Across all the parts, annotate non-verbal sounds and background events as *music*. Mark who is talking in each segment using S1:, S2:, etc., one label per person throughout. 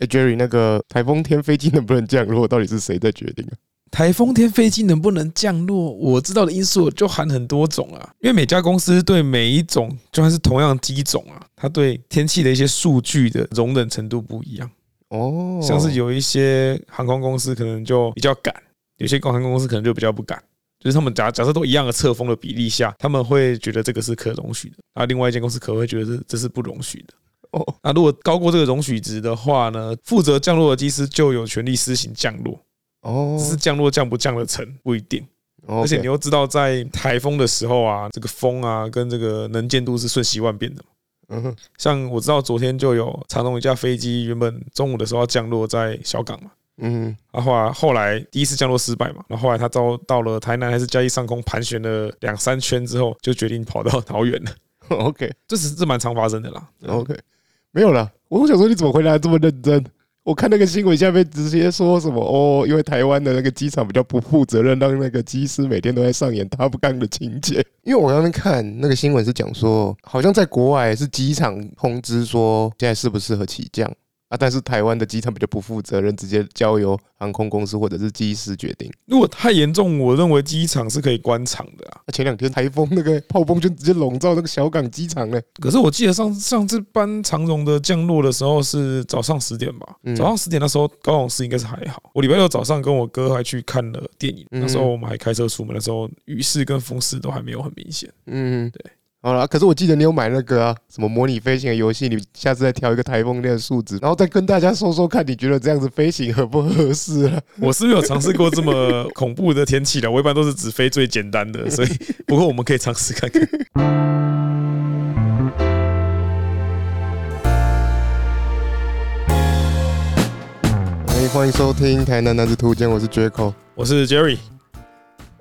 S1: 哎、j e r r y 那个台风天飞机能不能降落，到底是谁在决定啊？
S2: 台风天飞机能不能降落，我知道的因素就含很多种啊，因为每家公司对每一种，就算是同样机种啊，它对天气的一些数据的容忍程度不一样。
S1: 哦，
S2: 像是有一些航空公司可能就比较敢，有些航空公司可能就比较不敢。就是他们假假设都一样的侧风的比例下，他们会觉得这个是可容许的，啊，另外一间公司可能会觉得这这是不容许的。
S1: 哦，
S2: 那如果高过这个容许值的话呢，负责降落的机师就有权利施行降落，
S1: 哦，
S2: 只是降落降不降得成不一定。
S1: 哦，
S2: 而且
S1: OK
S2: 你又知道，在台风的时候啊，这个风啊跟这个能见度是瞬息万变的嘛。
S1: 嗯哼，
S2: 像我知道昨天就有长龙一架飞机，原本中午的时候要降落在小港嘛，
S1: 嗯
S2: 啊，后来后来第一次降落失败嘛，然后后来他到到了台南还是嘉义上空盘旋了两三圈之后，就决定跑到桃园了。
S1: 哦，OK
S2: 这是这蛮常发生的啦。
S1: OK，没有了。我想说你怎么回答得这么认真？我看那个新闻下面直接说什么哦，因为台湾的那个机场比较不负责任，让那个机师每天都在上演他不刚的情节。因为我刚刚看那个新闻是讲说，好像在国外是机场通知说现在适不适合起降啊，但是台湾的机场比较不负责任，直接交由航空公司或者是机师决定。
S2: 如果太严重，我认为机场是可以关场的啊。
S1: 那前两天台风那个炮风就直接笼罩那个小港机场呢。
S2: 可是我记得上上次搬长荣的降落的时候是早上十点吧，
S1: 嗯
S2: 早上十点那时候高雄市应该是还好。我礼拜六早上跟我哥还去看了电影，
S1: 嗯
S2: 那时候我们还开车出门的时候，雨势跟风势都还没有很明 *laughs* 显。
S1: 嗯，
S2: 对。
S1: 好了，可是我记得你有买那个啊，什么模拟飞行的游戏，你下次再调一个台风天的数值，然后再跟大家说说看，你觉得这样子飞行合不合适啊？
S2: 我是没有尝试过这么恐怖的天气的，我一般都是只飞最简单的， *laughs* 所以不过我们可以尝试看看。
S1: 哎，欢迎收听《台南男子图鉴》，我是 Jaco。
S2: 我是 Jerry，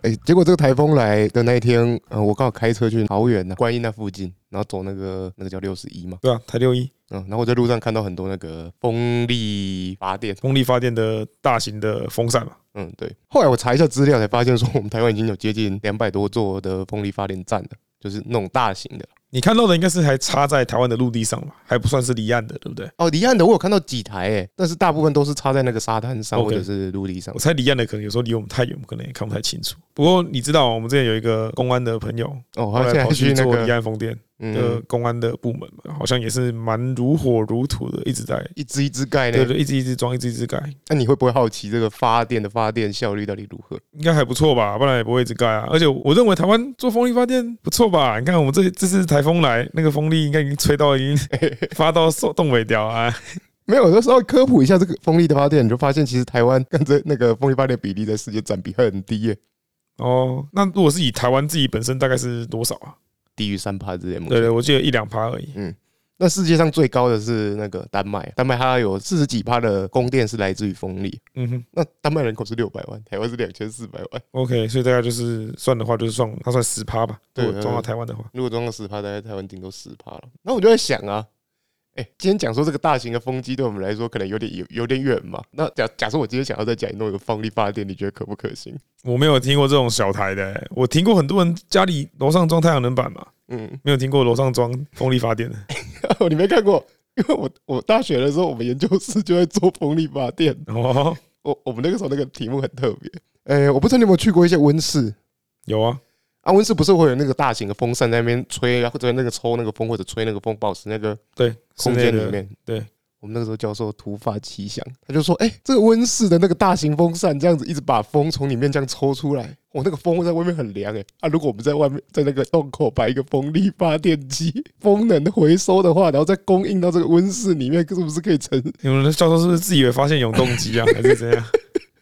S1: 哎，结果这个台风来的那一天，呃，我刚好开车去桃园呢、观音那附近，然后走那个那个叫六十一嘛，
S2: 对啊，台六一
S1: 嗯，然后我在路上看到很多那个风力发电，
S2: 风力发电的大型的风扇嘛，
S1: 嗯，对。后来我查一下资料，才发现说我们台湾已经有接近两百多座的风力发电站了，就是那种大型的。
S2: 你看到的应该是还插在台湾的陆地上嘛，还不算是离岸的，对不对？
S1: 哦，离岸的我有看到几台诶、但是大部分都是插在那个沙滩上
S2: OK
S1: 或者是陆地上
S2: 我。猜离岸的可能有时候离我们太远，我们可能也看不太清楚。不过你知道，我们之前有一个公安的朋友，
S1: 哦，
S2: 后
S1: 他现
S2: 来
S1: 在
S2: 跑
S1: 去
S2: 去
S1: 那
S2: 做离
S1: 个
S2: 岸风电的
S1: 嗯，
S2: 公安的部门嘛，好像也是蛮如火如荼的，一直在
S1: 一只一只盖
S2: 对
S1: 呢。
S2: 对，一直一直装，一直一直盖，
S1: 那你会不会好奇这个发电的发电效率到底如何？
S2: 应该还不错吧？不然也不会一直盖啊。而且我认为台湾做风力发电不错吧？你看我们这这次台风来，那个风力应该已经吹
S1: *laughs*
S2: 到已经发到受冻尾掉啊。
S1: 没有，就稍微科普一下这个风力的发电，你就发现其实台湾跟这那个风力发电比例在世界占比很低欸耶、
S2: 哦，那如果是以台湾自己本身大概是多少啊？
S1: 低于三趴之类的目前。
S2: 对对，我记得一两趴而已。
S1: 那世界上最高的是那个丹麦，丹麦它有四十几趴的供电是来自于风力。
S2: 嗯哼
S1: 那丹麦人口是六百万，台湾是两千四百万。
S2: ，OK，所以大概就是算的话，就是算它算十趴吧。
S1: 对呃
S2: 如果装
S1: 对
S2: 到
S1: 对
S2: 台湾的话。
S1: 如果装到十趴，大概台湾顶多十趴了。那我就在想啊，哎、今天讲说这个大型的风机对我们来说可能有点有有点远嘛。那假假设我今天想要在家里弄一个风力发电，你觉得可不可行？
S2: 我没有听过这种小台的欸、我听过很多人家里楼上装太阳能板嘛，
S1: 嗯， *laughs*
S2: 没有听过楼上装风力发电的。
S1: 你没看过，因为我我大学的时候，我们研究室就在做风力发电。
S2: 哦，
S1: 我我们那个时候那个题目很特别。哎、我不知道你有没有去过一些温室
S2: 有啊，
S1: 啊？温室不是会有那个大型的风扇在那边吹，然后在那个抽那个风或者吹那个风，保持那个
S2: 对，室
S1: 空
S2: 内
S1: 间里
S2: 的
S1: 面。
S2: 对，
S1: 我们那个时候教授突发奇想，他就说：“哎、这个温室的那个大型风扇这样子一直把风从里面这样抽出来，我那个风在外面很凉哎、啊，如果我们在外面在那个洞口摆一个风力发电机，风能回收的话，然后再供应到这个温室里面，是不是可以成？
S2: 你们的教授是不是自以为发现永动
S1: *laughs*
S2: 机啊，还是怎样？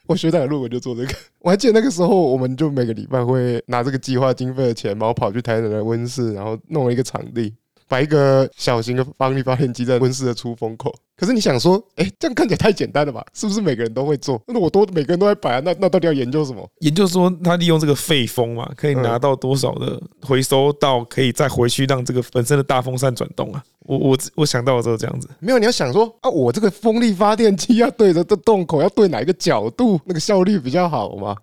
S1: 我学长的论文就做这个。我还记得那个时候，我们就每个礼拜会拿这个计划经费的钱，然后跑去台南的温室，然后弄了一个场地，摆一个小型的风力发电机在温室的出风口。可是你想说，哎、这样看起来太简单了吧？是不是每个人都会做？那我多每个人都在摆啊，那那到底要研究什么？
S2: 也就是说，他利用这个废风嘛，可以
S1: 嗯
S2: 拿到多少的回收到，可以再回去让这个本身的大风扇转动啊。我我我想到的时候这样子，
S1: 没有，你要想说啊，我这个风力发电机要对着这洞口要对哪一个角度，那个效率比较好吗？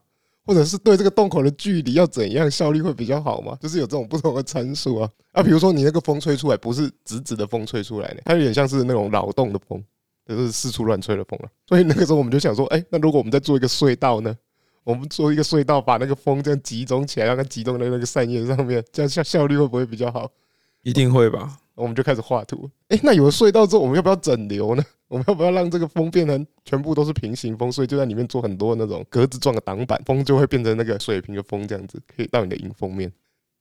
S1: 或者是对这个洞口的距离要怎样效率会比较好吗？就是有这种不同的参数啊啊，比如说你那个风吹出来不是直直的风吹出来呢，它有点像是那种扰动的风，就是四处乱吹的风了。啊所以那个时候我们就想说，哎、那如果我们再做一个隧道呢？我们做一个隧道，把那个风这样集中起来，让它集中在那个扇叶上面，这样效效率会不会比较好？
S2: 一定会吧？
S1: 我们就开始画图。哎、那有了隧道之后，我们要不要整流呢？ *laughs* 我们要不要让这个风变成全部都是平行风？所以就在里面做很多那种格子状的挡板，风就会变成那个水平的风，这样子可以到你的迎风面。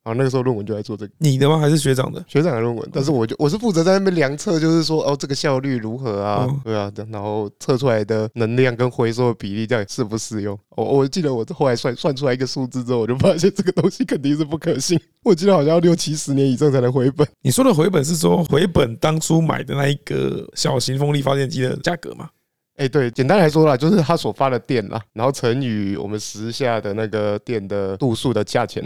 S1: 然后那个时候论文就在做这个
S2: 你的吗？还是学长的？
S1: 学长的论文，但是我就我是负责在那边量测，就是说哦这个效率如何啊
S2: 嗯，
S1: 对啊，这样然后测出来的能量跟回收的比例这样适不适用？我我记得我后来算算出来一个数字之后，我就发现这个东西肯定是不可信，我记得好像要六七十年以上才能回本。
S2: 你说的回本是说回本当初买的那一个小型风力发电机的价格吗？
S1: 哎、对，简单来说啦，就是它所发的电啦，然后乘以我们时下的那个电的度数的价钱，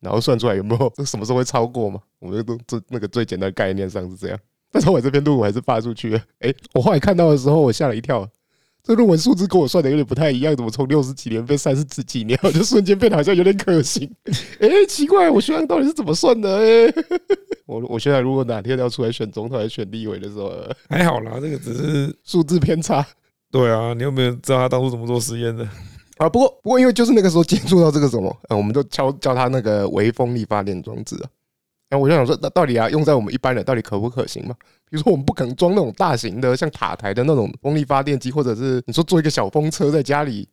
S1: 然后算出来有没有这什么时候会超过嘛？我们就都这那个最简单的概念上是这样。但是我这篇论文还是发出去了。哎、我后来看到的时候，我吓了一跳，这论文数字跟我算的有点不太一样，怎么从六十几年变三十几年，我就瞬间变得好像有点可行。哎、奇怪，我学长到底是怎么算的、欸？ *laughs* 我我学长如果哪天要出来选总统还是选立委的时候，呃
S2: 还好啦，这个只是
S1: 数字偏差。
S2: 对啊，你有没有知道他当初怎么做实验的？
S1: 啊，不过不过，因为就是那个时候接触到这个什么，呃，我们就叫叫它那个微风力发电装置啊。然后我就想说，那到底啊，用在我们一般人到底可不可行嘛？比如说，我们不可能装那种大型的，像塔台的那种风力发电机，或者是你说做一个小风车在家里。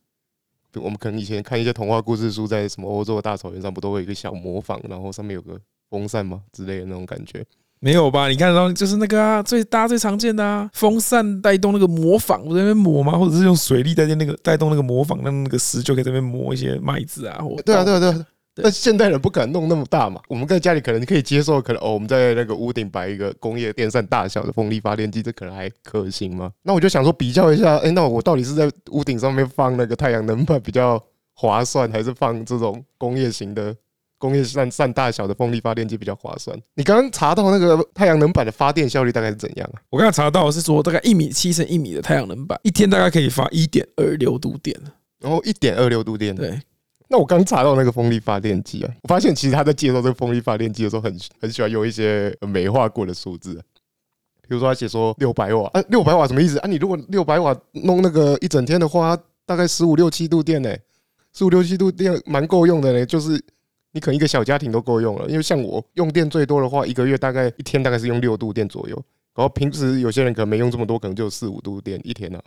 S1: 比如我们可能以前看一些童话故事书，在什么欧洲的大草原上，不都会有一个小磨坊，然后上面有个风扇吗之类的那种感觉？
S2: 没有吧？你看到就是那个啊，最大家最常见的啊，风扇带动那个磨坊，我在那边磨吗？或者是用水力带动那个带动那个磨坊，让那个石臼可以在那边磨一些麦子啊？或
S1: 对啊，对
S2: 稻
S1: 啊，对啊。但现代人不可能弄那么大嘛，我们在家里可能可以接受，可能哦，我们在那个屋顶摆一个工业电扇大小的风力发电机，这可能还可行吗？那我就想说比较一下，哎、那我到底是在屋顶上面放那个太阳能板比较划算，还是放这种工业型的工业扇扇大小的风力发电机比较划算？你刚刚查到那个太阳能板的发电效率大概是怎样啊？
S2: 我刚才查到的是说，大概一米七乘一米的太阳能板，一天大概可以发一点二六度电。
S1: 然后一点二六度电，
S2: 对，
S1: 那我刚查到那个风力发电机啊，我发现其实他在介绍这个风力发电机的时候很，很喜欢用一些呃美化过的数字啊、比如说他写说六百瓦，啊，六百瓦什么意思啊？你如果六百瓦弄那个一整天的话，大概十五六七度电呢、十五六七度电蛮够用的呢、就是你可能一个小家庭都够用了。因为像我用电最多的话，一个月大概一天大概是用六度电左右，然后平时有些人可能没用这么多，可能就有四五度电一天啊。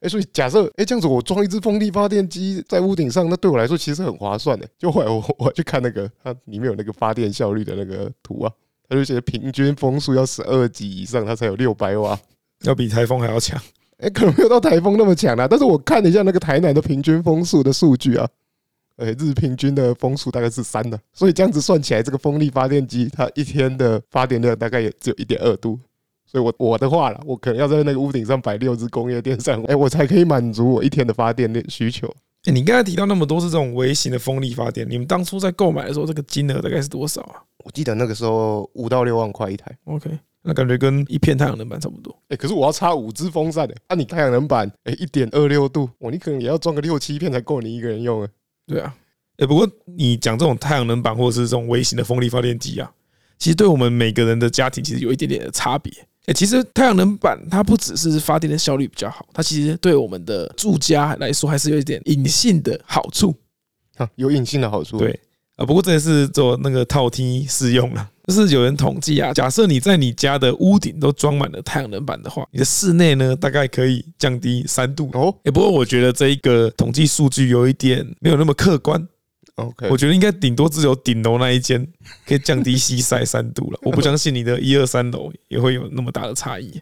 S1: 哎、所以假设哎、诶这样子，我装一只风力发电机在屋顶上，那对我来说其实很划算的。就后来我我去看那个它里面有那个发电效率的那个图啊，它就写平均风速要十二级以上，它才有六百瓦。
S2: 要比台风还要强。
S1: 哎、可能没有到台风那么强啦、但是我看了一下那个台南的平均风速的数据啊，哎、日平均的风速大概是三的、所以这样子算起来，这个风力发电机它一天的发电量大概也只有一点二度。所以我，我的话啦，我可能要在那个屋顶上摆六只工业电扇，哎、我才可以满足我一天的发电量需求。
S2: 欸你刚才提到那么多是这种微型的风力发电，你们当初在购买的时候，这个金额大概是多少啊
S1: 我记得那个时候五到六万块一台，
S2: ？OK，那感觉跟一片太阳能板差不多。
S1: 哎、可是我要插五只风扇哎、那、你太阳能板哎一点二六度，哇，你可能也要装个六七片才够你一个人用啊。
S2: 对啊，哎、不过你讲这种太阳能板或者是这种微型的风力发电机啊，其实对我们每个人的家庭其实有一点点的差别。哎、其实太阳能板它不只是发电的效率比较好，它其实对我们的住家来说还是有一点隐性的好处。
S1: 哈，有隐性的好处。
S2: 对啊，不过这也是做那个套梯适用了。就是有人统计啊，假设你在你家的屋顶都装满了太阳能板的话，你的室内呢大概可以降低三度。
S1: 哦
S2: 哎、不过我觉得这一个统计数据有一点没有那么客观，
S1: ，OK，
S2: 我觉得应该顶多只有顶楼那一间可以降低西晒三度了。我不相信你的一二三楼也会有那么大的差异。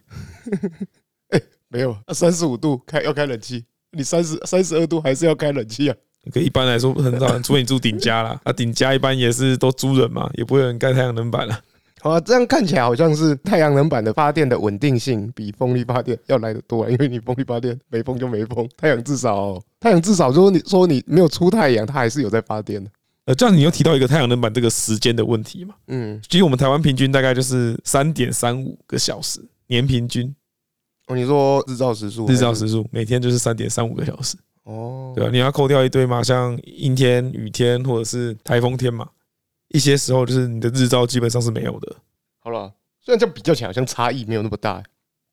S1: 没有，三十五度开要开冷气，你三十三十二度还是要开冷气啊？
S2: 可一般来说很少人，除非你住顶家啦。啊，顶家一般也是都租人嘛，也不会有人盖太阳能板啦。
S1: 好啊，这样看起来好像是太阳能板的发电的稳定性比风力发电要来得多、啊，因为你风力发电没风就没风，太阳至少、太阳至少说你说你没有出太阳，它还是有在发电的。
S2: 呃，这样你又提到一个太阳能板这个时间的问题嘛？
S1: 嗯，
S2: 其实我们台湾平均大概就是三点三五个小时，年平均
S1: 哦，你说日照时数，
S2: 日照时数每天就是三点三五个小时，
S1: 哦，
S2: 对吧、你要扣掉一堆嘛，像阴天、雨天或者是台风天嘛，一些时候就是你的日照基本上是没有的。
S1: 好了，虽然这样比较起来好像差异没有那么大、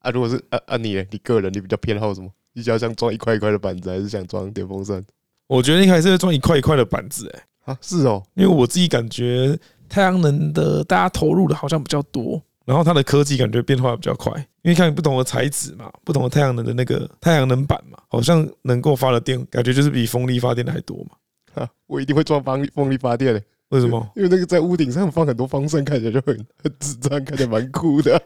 S1: 啊，如果是啊啊你嘞你个人你比较偏好什么？你想要想装一块一块的板子，还是想装电风扇
S2: 我觉得你还是要装一块一块的板子、欸，
S1: 啊？是哦，
S2: 因为我自己感觉太阳能的大家投入的好像比较多，然后它的科技感觉变化比较快，因为看不同的材质嘛，不同的太阳能的那个太阳能板嘛，好像能够发的电，感觉就是比风力发电的还多嘛。
S1: 啊，我一定会装风风力发电嘞、
S2: 为什么？
S1: 因为那个在屋顶上放很多风扇，看起来就很很智障，看起来蛮酷
S2: *laughs*
S1: 的。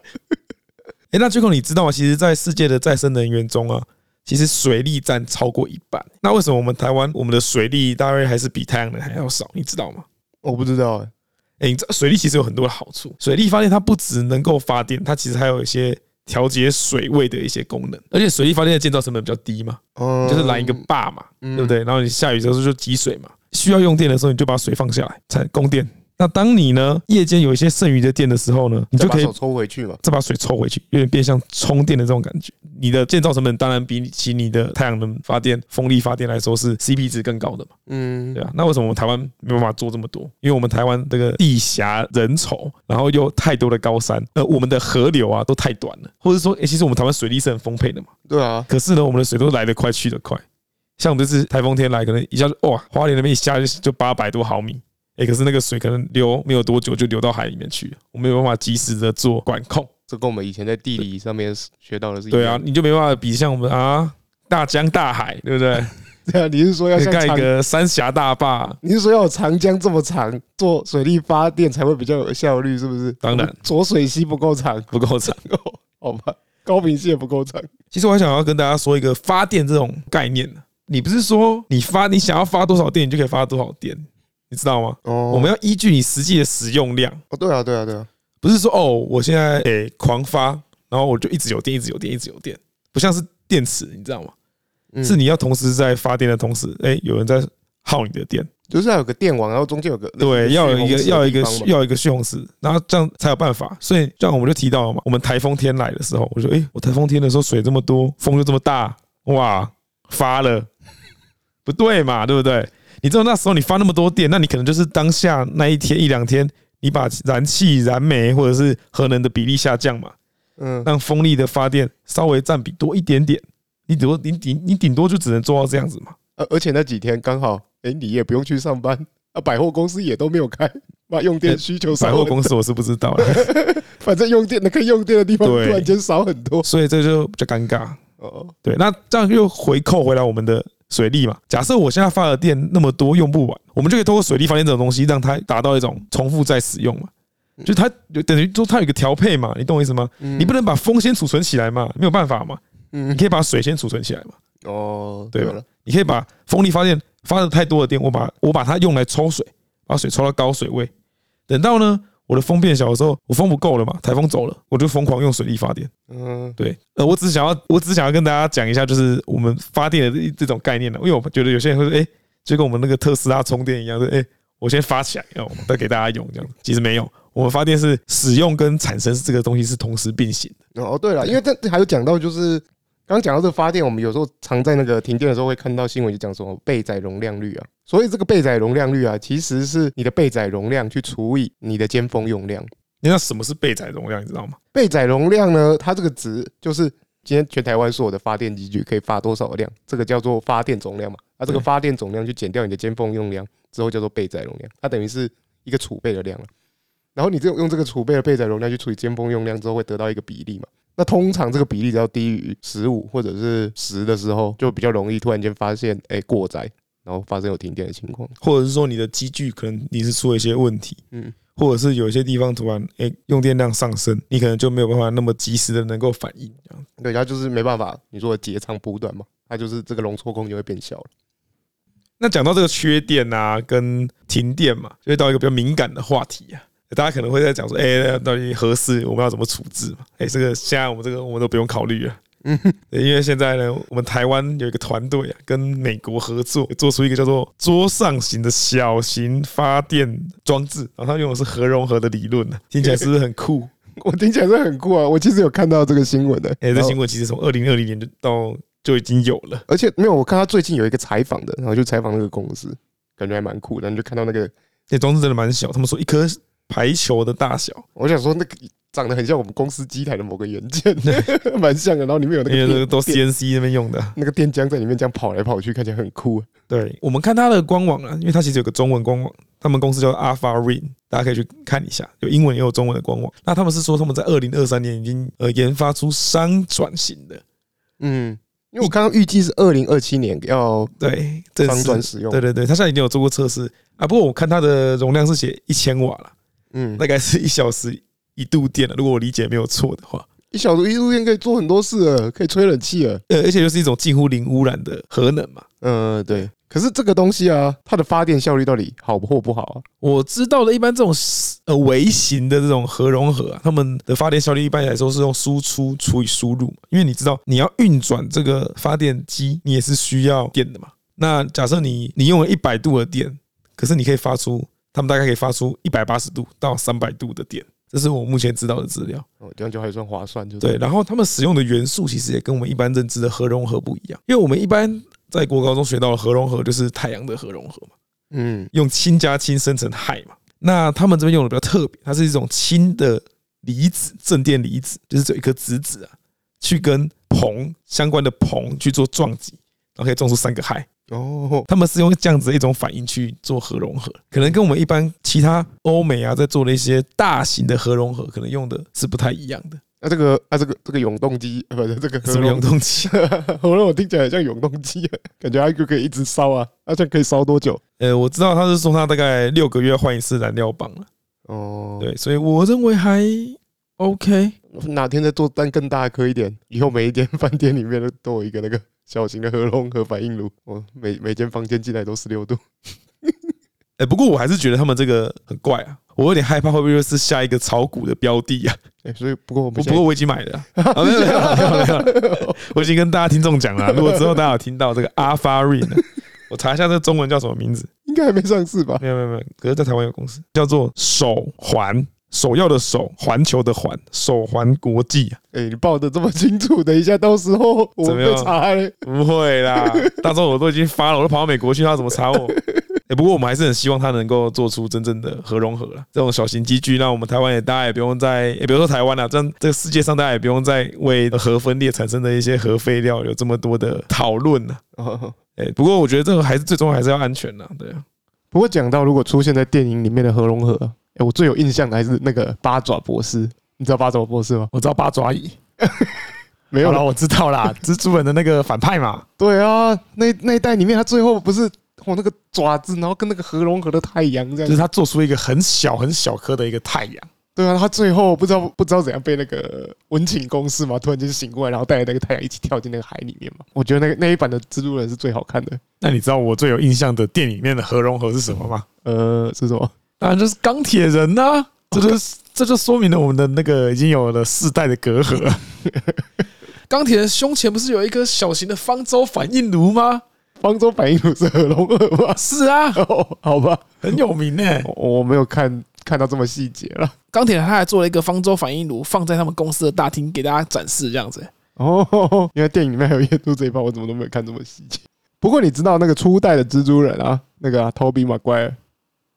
S2: 诶，那最后你知道吗？其实，在世界的再生能源中啊，其实水力占超过一半。那为什么我们台湾我们的水力大约还是比太阳能还要少？你知道吗？
S1: 我不知道、欸，
S2: 哎、你知道水力其实有很多的好处。水力发电它不只能够发电，它其实还有一些调节水位的一些功能。而且水力发电的建造成本比较低嘛，
S1: 嗯
S2: 就是来一个坝嘛，对不对？然后你下雨的时候就集水嘛，需要用电的时候你就把水放下来，才供电。那当你呢夜间有一些剩余的电的时候呢，
S1: 你
S2: 你就可以
S1: 手抽回去嘛。
S2: 再把水抽回去，有点变像充电的这种感觉。你的建造成本当然比起你的太阳能发电、风力发电来说是 CP 值更高的嘛，
S1: 嗯
S2: 对啊。那为什么我们台湾没有办法做这么多？因为我们台湾这个地狭人稠，然后又太多的高山，呃，我们的河流啊都太短了，或者说，诶，其实我们台湾水力是很丰沛的嘛，
S1: 对啊，
S2: 可是呢，我们的水都来得快去得快。像我们这次台风天来，可能一下就哇，花莲那边一下就就八百多毫米，诶，可是那个水可能流没有多久就流到海里面去了，我没有办法及时的做管控。
S1: 这跟我们以前在地理上面学到的是一
S2: 对
S1: 样
S2: 啊，你就没办法比像我们啊大江大海，对不对？
S1: 的。对啊，你是说要
S2: 可以
S1: 像
S2: 盖
S1: 长
S2: 一个三峡大坝，
S1: 你是说要有长江这么长，做水力发电才会比较有效率，是不是？
S2: 当然
S1: 浊水溪不够长， *laughs*
S2: 不够长。
S1: 哦，好吧，高屏溪也不够长。
S2: 其实我还想要跟大家说一个发电这种概念呢，你不是说你发你想要发多少电，你就可以发多少电，你知道吗？
S1: 哦
S2: 我们要依据你实际的使用量，
S1: 哦，对啊，对啊，对啊，
S2: 不是说哦，我现在诶、狂发，然后我就一直有电，一直有电，一直有电，不像是电池，你知道吗？
S1: 嗯
S2: 是你要同时在发电的同时，诶、有人在耗你的电。
S1: 就是要有个电网，然后中间有个
S2: 对，要有一个要有一个
S1: 需
S2: 要有一个蓄洪池，然后这样才有办法。所以这样我们就提到了嘛，我们台风天来的时候，我说，诶，我台风天的时候水这么多，风就这么大，哇，发了， *laughs* 不对嘛，对不对？你知道那时候你发那么多电，那你可能就是当下那一天一两天，你把燃气、燃煤或者是核能的比例下降嘛，
S1: 嗯，
S2: 让风力的发电稍微占比多一点点。你顶多你顶你顶多就只能做到这样子嘛。
S1: 而而且那几天刚好，哎，你也不用去上班啊，百货公司也都没有开，把用电需求
S2: 呃百
S1: 少
S2: 货
S1: 了，
S2: 公司我是不知道啦，啊
S1: 反正用电的可以用电的地方突
S2: 对
S1: 然间少很多。
S2: *laughs* 所以这就比较尴尬。
S1: 哦，
S2: 对，那这样又回扣回来我们的水力嘛。假设我现在发的电那么多用不完，我们就可以通过水力发电这种东西，让它达到一种重复再使用嘛。就它就等于说它有一个调配嘛，你懂我意思吗？
S1: 你
S2: 你不能把风先储存起来嘛，没有办法嘛。
S1: 嗯
S2: 你可以把水先储存起来嘛，
S1: 哦，
S2: 对吧
S1: 了，
S2: 你可以把风力发电发的太多的电，我把我把它用来抽水，把水抽到高水位。等到呢我的风变小的时候，我风不够了嘛，台风走了，我就疯狂用水力发电。
S1: 嗯，
S2: 对，呃，我只是想要，我只是想要跟大家讲一下，就是我们发电的这这种概念呢，因为我觉得有些人会说，哎、就跟我们那个特斯拉充电一样，说，哎、我先发起来，然后再给大家用这样子。其实没有，我们发电是使用跟产生是这个东西是同时并行的。
S1: 哦，对了，因为这这还有讲到就是。刚讲到这个发电，我们有时候常在那个停电的时候会看到新闻，就讲什么备载容量率啊。所以这个备载容量率啊，其实是你的备载容量去除以你的尖峰用量。
S2: 你知道什么是备载容量，你知道吗？
S1: 备载容量呢，它这个值就是今天全台湾所有的发电机具可以发多少的量，这个叫做发电总量嘛。那、这个
S2: 对
S1: 发电总量去减掉你的尖峰用量之后，叫做备载容量，它等于是一个储备的量了。然后你这种用这个储备的备载容量去除以尖峰用量之后，会得到一个比例嘛？那通常这个比例只要低于十五或者是十的时候，就比较容易突然间发现哎、过载，然后发生有停电的情况。
S2: 或者是说你的机具可能你是出了一些问题，
S1: 嗯，
S2: 或者是有一些地方突然哎、诶用电量上升，你可能就没有办法那么及时的能够反应这样。
S1: 对，它就是没办法，你说的截长补短嘛，它就是这个容错空间会变小了。
S2: 那讲到这个缺电啊，跟停电嘛，就会到一个比较敏感的话题啊。大家可能会在讲说，哎、那到底合适我们要怎么处置嘛？哎、这个现在我们这个我们都不用考虑了。
S1: 嗯
S2: 对，因为现在呢，我们台湾有一个团队啊，跟美国合作，做出一个叫做桌上型的小型发电装置，然后它用的是核融合的理论呢、听起来是不是很酷？
S1: *laughs* 我听起来是很酷啊！我其实有看到这个新闻的、
S2: 哎、这
S1: 然后
S2: 新闻其实从二零二零年就到就已经有了。
S1: 而且没有，我看他最近有一个采访的，然后就采访那个公司，感觉还蛮酷的。然后就看到那个
S2: 哎这装置真的蛮小，他们说一颗排球的大小，
S1: 我想说那个长得很像我们公司机台的某个元件， *laughs* 蛮像的。然后里面有那
S2: 因
S1: 个
S2: 为这
S1: 电
S2: 个都 CNC 那边用的。
S1: 那个电浆在里面这样跑来跑去，看起来很酷。啊
S2: 对我们看它的官网啊，因为它其实有个中文官网，他们公司叫 Alpha Ring，大家可以去看一下，有英文也有中文的官网。那他们是说他们在二零二三年已经呃研发出商转型的，
S1: 嗯，因为我刚刚预计是二零二七年要
S2: 对，这
S1: 商转
S2: 是
S1: 使用
S2: 对。对对，他现在已经有做过测试啊。不过我看它的容量是写一千瓦了，
S1: 嗯，
S2: 大概是一小时一度电了，如果我理解没有错的话。
S1: 一小时一度电可以做很多事了，可以吹冷气了。
S2: 呃，而且又是一种近乎零污染的核能嘛。
S1: 嗯，对。可是这个东西啊，它的发电效率到底好或不好啊？
S2: 我知道的，一般这种呃微型的这种核融合、啊，他们的发电效率一般来说是用输出除以输入嘛，因为你知道你要运转这个发电机，你也是需要电的嘛。那假设你你用了一百度的电，可是你可以发出，他们大概可以发出一百八十度到三百度的电，这是我目前知道的资料。
S1: 哦，这样就还算划算，就是
S2: 对，然后他们使用的元素其实也跟我们一般认知的核融合不一样，因为我们一般在国高中学到的核融合就是太阳的核融合嘛。
S1: 嗯
S2: 用氢加氢生成氦嘛。那他们这边用的比较特别，它是一种氢的离子，正电离子，就是只有一颗质子啊，去跟硼相关的硼去做撞击，然后可以撞出三个氦。
S1: 哦，
S2: 他们是用这样子的一种反应去做核融合，可能跟我们一般其他欧美啊在做的一些大型的核融合，可能用的是不太一样的。
S1: 那、这个啊这个这个永动机，呃不是这个
S2: 什么
S1: *laughs*
S2: 永动机？
S1: 我让我听起来很像永动机，感觉它就可以一直烧啊，它这样可以烧多久？
S2: 呃，我知道他是说他大概六个月换一次燃料棒了，
S1: 哦，
S2: 对，所以我认为还 OK。
S1: 对，哪天再做单更大颗一点，以后每一间饭店里面都都有一个那个小型的核融合反应炉，我每每间房间进来都十六度。
S2: 哎、不过我还是觉得他们这个很怪啊，我有点害怕会不会是下一个炒股的标的啊？
S1: 哎、所以不过我
S2: 不
S1: 们
S2: 不过我已经买了啊、啊，没有没有没有没有没有，我已经跟大家听众讲了啊，如果之后大家有听到这个 Alpha Ring，啊、我查一下这中文叫什么名字？
S1: 应该还没上市吧？
S2: 没有没有没有，可是在台湾有公司叫做手环，首要的首，环球的环，手环国际、啊。
S1: 哎、你报的这么清楚，等一下到时
S2: *laughs*
S1: 候我
S2: 怎
S1: 们
S2: 么样
S1: 被查嘞。
S2: 不会 *laughs* 啦，大众我都已经发了，我都跑到美国去，他怎么查 *laughs* 我？哎、不过我们还是很希望他能够做出真正的核融合了，这种小型机具，让我们台湾也大家也不用再，也、比如说台湾啦，这样这个世界上大家也不用再为核分裂产生的一些核废料有这么多的讨论了。
S1: 哦，
S2: 哎、不过我觉得这个还是最终还是要安全啦，对啊，
S1: 不过讲到如果出现在电影里面的核融合啊，哎、我最有印象的还是那个八爪博士，你知道八爪博士吗？
S2: 我知道八爪蚁，
S1: 没有啦，
S2: 我知道 *laughs* 啦，蜘蛛人的那个反派嘛，
S1: 对啊，那那一代里面，他最后不是我那个爪子，然后跟那个合融合的太阳这样。
S2: 他做出一个很小很小颗的一个太阳。
S1: 对啊，他最后不知道不知道怎样被那个温情攻势嘛，突然间醒过来，然后带着那个太阳一起跳进那个海里面嘛。我觉得那个那一版的蜘蛛人是最好看的。
S2: 那你知道我最有印象的电影里面的核融合是什么吗？
S1: 呃，是什么？ *laughs*
S2: 当然就是钢铁人
S3: 哦
S2: 呐、这就是这就说明了我们的那个已经有了世代的隔
S3: *laughs*
S2: 阂。钢铁人胸前不是有一颗小型的方舟反应炉吗？
S1: 方舟反应炉是合融合吗？ *laughs*
S2: 是啊，
S1: 哦，好吧，
S2: 很有名呢、
S1: 我我没有看看到这么细节了。
S3: 钢铁人他还做了一个方舟反应炉，放在他们公司的大厅给大家展示，这样子。
S1: 哦，原来电影里面还有演出这一趴，我怎么都没有看这么细节。不过你知道那个初代的蜘蛛人啊，那个、啊、Toby Maguire，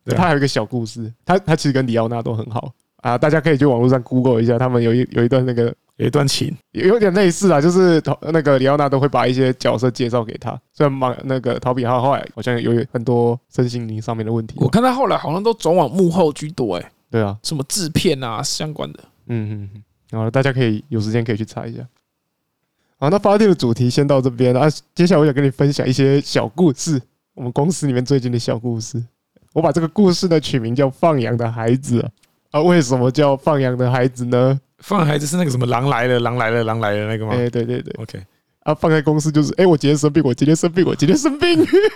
S2: 对啊
S1: 他还有一个小故事，他他其实跟里奥纳都很好啊，大家可以去网络上 Google 一下，他们有一有一段那个。
S2: 有一段情，
S1: 有有点类似啊，就是陶那个里奥纳都会把一些角色介绍给他，虽然马那个陶比他后来好像有很多身心灵上面的问题嘛，
S3: 我看他后来好像都转往幕后居多，哎，
S1: 对啊，
S3: 什么制片啊相关的。
S1: 嗯嗯嗯，然后大家可以有时间可以去查一下。好，那发电的主题先到这边啊，接下来我想跟你分享一些小故事，我们公司里面最近的小故事。我把这个故事呢取名叫《放羊的孩子》啊啊，为什么叫放羊的孩子呢？
S2: 放孩子是那个什么狼来了，狼来了，狼来了那个吗
S1: 哎、对对对，
S2: ？OK，
S1: 啊，放在公司就是，哎、我今天生病，我今天生病，我今天生病。 *laughs*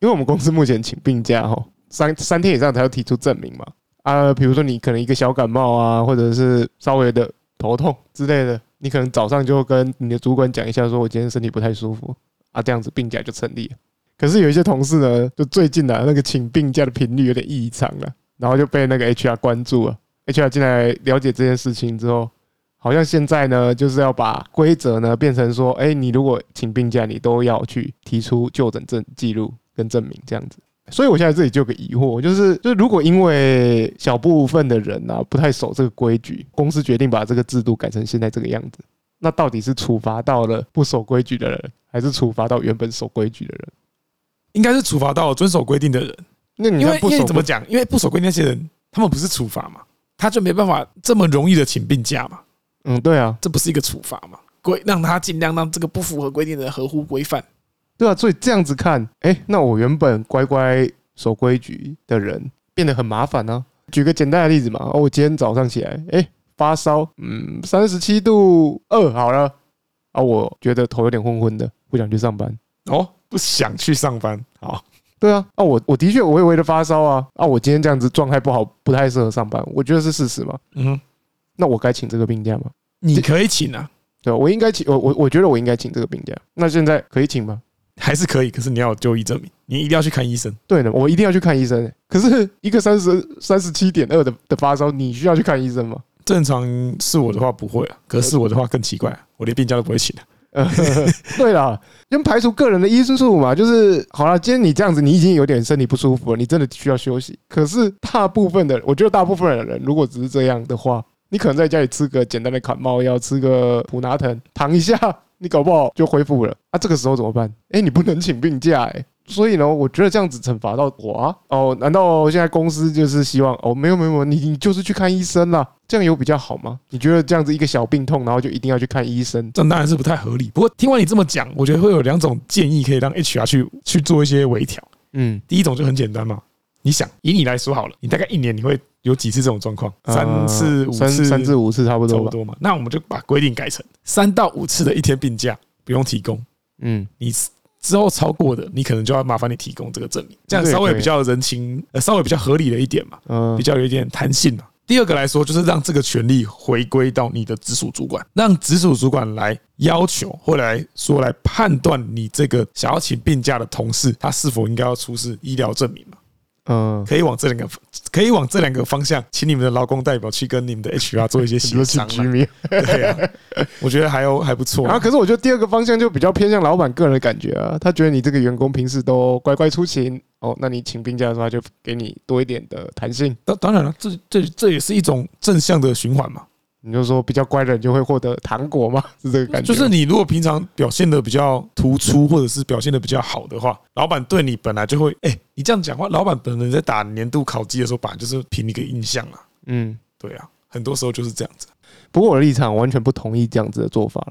S1: 因为我们公司目前请病假哈，三三天以上才要提出证明嘛。啊，比如说你可能一个小感冒啊，或者是稍微的头痛之类的，你可能早上就跟你的主管讲一下，说我今天身体不太舒服啊，这样子病假就成立了。可是有一些同事呢，就最近啊，那个请病假的频率有点异常了，然后就被那个 HR 关注了。HR 进来了解这件事情之后，好像现在呢，就是要把规则呢变成说，哎、你如果请病假，你都要去提出就诊证记录跟证明这样子。所以我现在这里就有个疑惑，就是就是如果因为小部分的人啊不太守这个规矩，公司决定把这个制度改成现在这个样子，那到底是处罚到了不守规矩的人，还是处罚到原本守规矩的人？
S2: 应该是处罚到遵守规定的人，
S1: 那你
S2: 因为
S1: 看不
S2: 因为
S1: 守
S2: 怎么讲？因为不守规定那些人，他们不是处罚嘛，他就没办法这么容易的请病假嘛，
S1: 嗯，对啊，
S3: 这不是一个处罚嘛？规让他尽量让这个不符合规定的人合乎规范。
S1: 对啊，所以这样子看，哎、那我原本乖乖守规矩的人变得很麻烦呢、啊。举个简单的例子嘛，哦，我今天早上起来，哎、发烧，嗯，三十七度二好了，啊，我觉得头有点昏昏的，不想去上班。
S2: 哦，不想去上班，好，
S1: 对啊，啊，我我的确微微的发烧啊，啊，我今天这样子状态不好，不太适合上班，我觉得是事实嘛。
S2: 嗯，
S1: 那我该请这个病假吗？
S2: 你可以请啊，
S1: 对啊我应该请，我我我觉得我应该请这个病假。那现在可以请吗？
S2: 还是可以，可是你要有就医证明，你一定要去看医生。
S1: 对的，我一定要去看医生欸。可是一个三十三十七点二的的发烧，你需要去看医生吗？
S2: 正常是我的话不会啊，可是我的话更奇怪、我连病假都不会请、啊、
S1: 呃， *laughs* 对啦，先排除个人的因素嘛，就是好了。今天你这样子，你已经有点身体不舒服了，你真的需要休息。可是大部分的，我觉得大部分的人，如果只是这样的话，你可能在家里吃个简单的感冒药，吃个普拿疼，躺一下，你搞不好就恢复了。啊，这个时候怎么办？哎，你不能请病假哎、所以呢，我觉得这样子惩罚到我啊，哦，难道现在公司就是希望哦，没有没有，没有你你就是去看医生啦，这样有比较好吗？你觉得这样子一个小病痛，然后就一定要去看医生，
S2: 这样当然是不太合理。不过听完你这么讲，我觉得会有两种建议可以让 HR 去去做一些微调。
S1: 嗯，
S2: 第一种就很简单嘛，你想以你来说好了，你大概一年你会有几次这种状况？三次、
S1: 呃
S2: 五
S1: 三
S2: 次、
S1: 三至五次差不
S2: 差
S1: 多
S2: 不
S1: 吧。
S2: 多嘛。那我们就把规定改成三到五次的一天病假不用提供，
S1: 嗯，
S2: 你之后超过的，你可能就要麻烦你提供这个证明，这样稍微比较人情，呃，稍微比较合理的一点嘛，
S1: 呃
S2: 比，较有一点弹性嘛。第二个来说，就是让这个权利回归到你的直属主管，让直属主管来要求或来说来判断你这个想要请病假的同事，他是否应该要出示医疗证明嘛？
S1: 嗯，
S2: 可以往这两个，可以往这两个方向，请你们的劳工代表去跟你们的 HR 做一些
S1: 比
S2: 协
S1: 如
S2: 商
S1: 请
S2: 啦。
S3: *laughs*
S1: 居民。
S2: 对啊，我觉得还有还不错
S1: 然
S2: 啊
S1: 后，。可是我觉得第二个方向就比较偏向老板个人的感觉啊，他觉得你这个员工平时都乖乖出勤，哦，那你请病假的话就给你多一点的弹性。
S2: 当当然了，这这这也是一种正向的循环嘛。
S1: 你就说比较乖的人就会获得糖果吗？是这个感觉
S2: 就
S1: 吗？
S2: 是你如果平常表现的比较突出，或者是表现的比较好的话，老板对你本来就会，哎，你这样讲话，老板本人在打年度考绩的时候，本来就是凭一个印象啊。
S1: 嗯，
S2: 对啊，很多时候就是这样子。
S1: 不过我的立场完全不同意这样子的做法。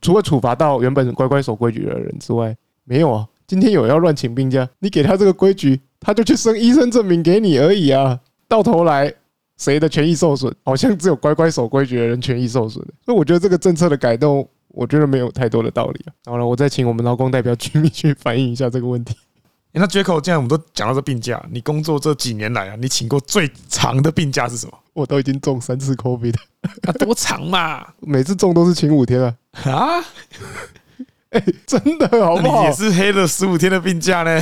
S1: 除了处罚到原本乖乖守规矩的人之外，没有啊。今天有人要乱请病假，你给他这个规矩，他就去申医生证明给你而已啊。到头来，谁的权益受损？好像只有乖乖守规矩的人权益受损。所以我觉得这个政策的改动，我觉得没有太多的道理、啊。好了，我再请我们劳工代表居民去反映一下这个问题。 *laughs*
S2: 诶哎那 Jaco，既然我们都讲到这病假，你工作这几年来啊，你请过最长的病假是什么？
S1: 我都已经中三次 COVID，了
S3: 啊，多长嘛？
S1: 每次中都是请五天了，
S2: *laughs* 啊？
S1: 真的好不
S2: 那你
S1: 好
S2: 也？是黑了十五天的病假呢？